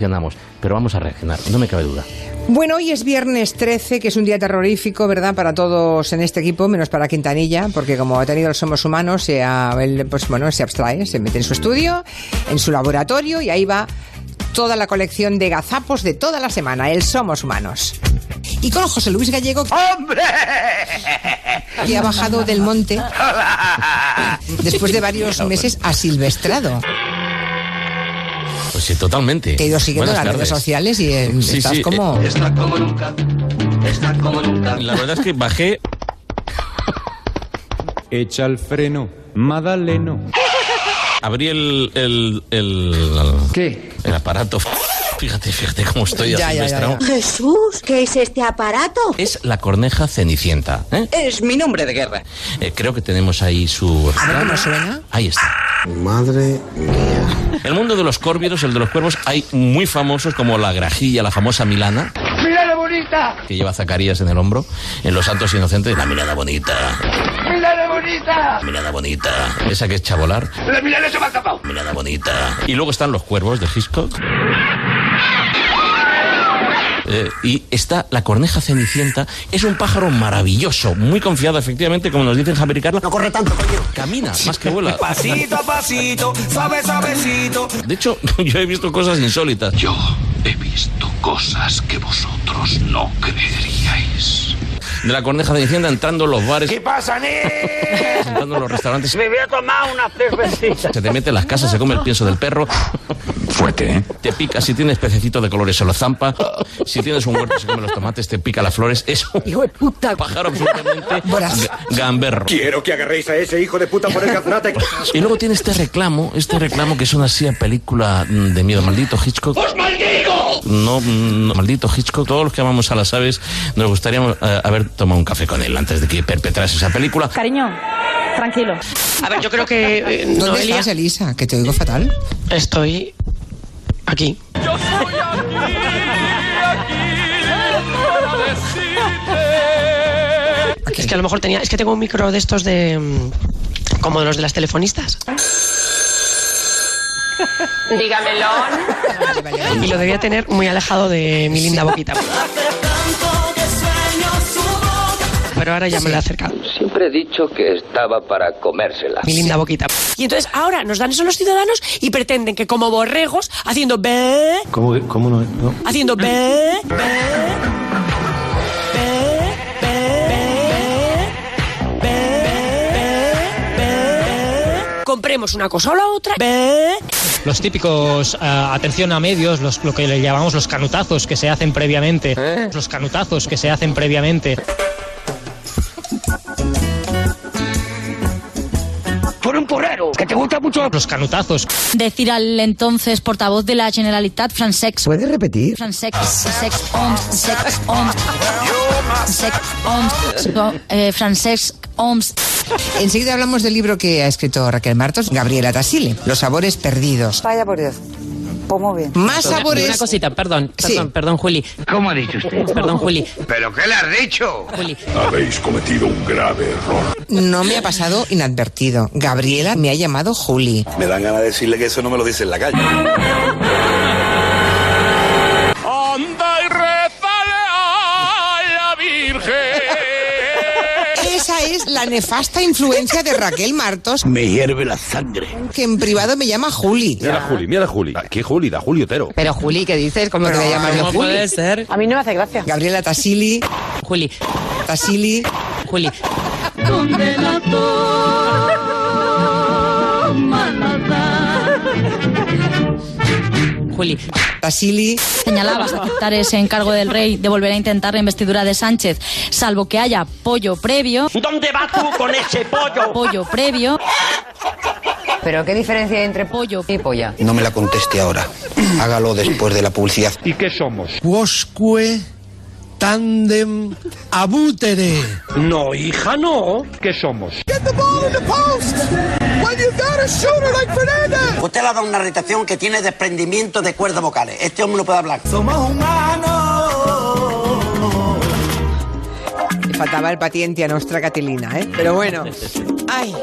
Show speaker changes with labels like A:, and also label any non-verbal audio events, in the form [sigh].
A: reaccionamos, pero vamos a reaccionar, no me cabe duda.
B: Bueno, hoy es viernes 13, que es un día terrorífico, ¿verdad? Para todos en este equipo, menos para Quintanilla, porque como ha tenido los Somos Humanos, se, ha- él, pues, bueno, se abstrae, se mete en su estudio, en su laboratorio, y ahí va toda la colección de gazapos de toda la semana, el Somos Humanos. Y con José Luis Gallego,
C: ¡Hombre!
B: que ha bajado del
C: [laughs]
B: monte después de varios meses asilvestrado.
A: Pues sí, totalmente.
B: Te he ido siguiendo en las redes sociales y eh,
A: Sí,
B: estás
A: sí,
B: como...
C: Está como nunca. Está como nunca.
A: La verdad es que bajé
D: Echa el freno, Madaleno.
A: abrí el, el, el,
E: ¿Qué?
A: el aparato. Fíjate, fíjate cómo estoy
B: Ya, ya, ya,
A: asilvestrado.
B: ya.
F: Jesús, ¿qué es este aparato?
A: Es la corneja cenicienta. ¿eh?
C: Es mi nombre de guerra.
A: Eh, creo que tenemos ahí su.
B: A ver cómo suena.
A: Ahí está.
G: Madre mía.
A: El mundo de los córvidos, el de los cuervos, hay muy famosos como la grajilla, la famosa Milana. ¡Mirada bonita! Que lleva Zacarías en el hombro. En Los Santos Inocentes, la mirada bonita. ¡Mirada bonita! Mirada bonita. Esa que es chabolar.
C: ¡La mirada se me ha tapado!
A: Mirada bonita. Y luego están los cuervos de Hitchcock. Eh, y está la corneja cenicienta. Es un pájaro maravilloso, muy confiado, efectivamente, como nos dicen Javier y Carla. No corre tanto, coño. Camina, más que [laughs] vuela.
H: Pasito a pasito, suave suavecito.
A: De hecho, [laughs] yo he visto cosas insólitas.
I: Yo he visto cosas que vosotros no creeríais.
A: De la corneja cenicienta entrando en los bares,
H: ¿Qué pasa, ni?
A: entrando en los restaurantes.
H: [laughs] Me voy a tomar una cervecita.
A: Se te mete en las casas, se come el pienso del perro.
D: Fuerte, ¿eh?
A: Te pica, si tienes pececitos de colores se los zampa. Si tienes un huerto, se come los tomates, te pica las flores. Es un
F: Hijo de puta.
A: pájaro absolutamente
B: Voraz.
A: ga- gamberro.
H: Quiero que agarréis a ese hijo de puta por el gaznate.
A: Y luego tiene este reclamo, este reclamo que es una así película mm, de miedo. Maldito Hitchcock. ¡Os maldigo! No, mm, no, maldito Hitchcock. Todos los que amamos a las aves nos gustaría eh, haber tomado un café con él antes de que perpetrase esa película.
J: Cariño, tranquilo.
C: A ver, yo creo que. eh,
B: ¿Dónde
C: Noelia,
B: estás, Elisa? Que te oigo fatal.
C: estoy. aquí.
B: Aquí.
C: Es que a lo mejor tenía. Es que tengo un micro de estos de. mm, como de los de las [laughs] telefonistas. Dígamelo.
B: Vale, vale, vale.
C: Y lo debía tener muy alejado de mi linda boquita. Pero ahora ya me lo he acercado.
I: Siempre he dicho que estaba para comérsela.
C: mi linda boquita. Y entonces ahora nos dan eso los ciudadanos y pretenden que como borregos, haciendo be,
G: ¿Cómo, cómo no, no?
C: haciendo be, be, be, be, be, be, be, be, compremos una cosa o la otra, be,
K: los típicos ah, atención a medios, los, lo que le llamamos los canutazos que se hacen previamente, los canutazos que se hacen previamente.
H: Por un porrero, que te gusta mucho.
K: Los canutazos.
J: Decir al entonces portavoz de la Generalitat, Fransex.
E: ¿Puedes repetir?
J: Fransex, sex, on, sex, on. Sex, on. Eh, Fransex, OMS.
B: Enseguida hablamos del libro que ha escrito Raquel Martos, Gabriela Tasile, Los sabores perdidos.
F: Vaya por Dios. Como bien.
B: Más sabores.
C: cosita, perdón,
B: Sí. perdón,
C: Juli.
H: ¿Cómo ha dicho usted?
C: Perdón, Juli.
H: ¿Pero qué le has dicho?
I: [laughs] Habéis cometido un grave error.
B: No me ha pasado inadvertido. Gabriela me ha llamado Juli.
I: Me dan ganas de decirle que eso no me lo dice en la calle.
D: Anda y rezale a la Virgen.
B: Esa es la nefasta influencia de Raquel Martos,
H: Me hierve la sangre.
B: que en privado me llama Juli.
D: Mira a Juli, mira a Juli. Aquí Juli, da Julio Otero.
B: Pero Juli, ¿qué dices? ¿Cómo te voy a llamar yo Juli?
C: ser?
F: A mí no me hace gracia.
B: Gabriela Tasili,
C: Juli,
B: Tasili.
C: Juli. Juli.
B: Tasili,
J: Señalabas aceptar ese encargo del rey de volver a intentar la investidura de Sánchez, salvo que haya pollo previo,
H: ¿Dónde vas tú con ese pollo?
J: pollo previo,
F: Pero qué diferencia hay entre
J: pollo.
F: y polla.
G: No me la conteste
I: [clears throat]
G: ahora. Hágalo después de la publicidad.
D: ¿Y qué somos?
E: Quosque tandem abutere.
H: No, hija, no.
D: ¿Qué somos?
G: Usted le ha dado una irritación que tiene desprendimiento de cuerdas vocales. Este hombre no puede hablar.
H: Somos humanos.
B: Faltaba el patiente a nuestra Catilina, ¿eh? Pero bueno. Ay,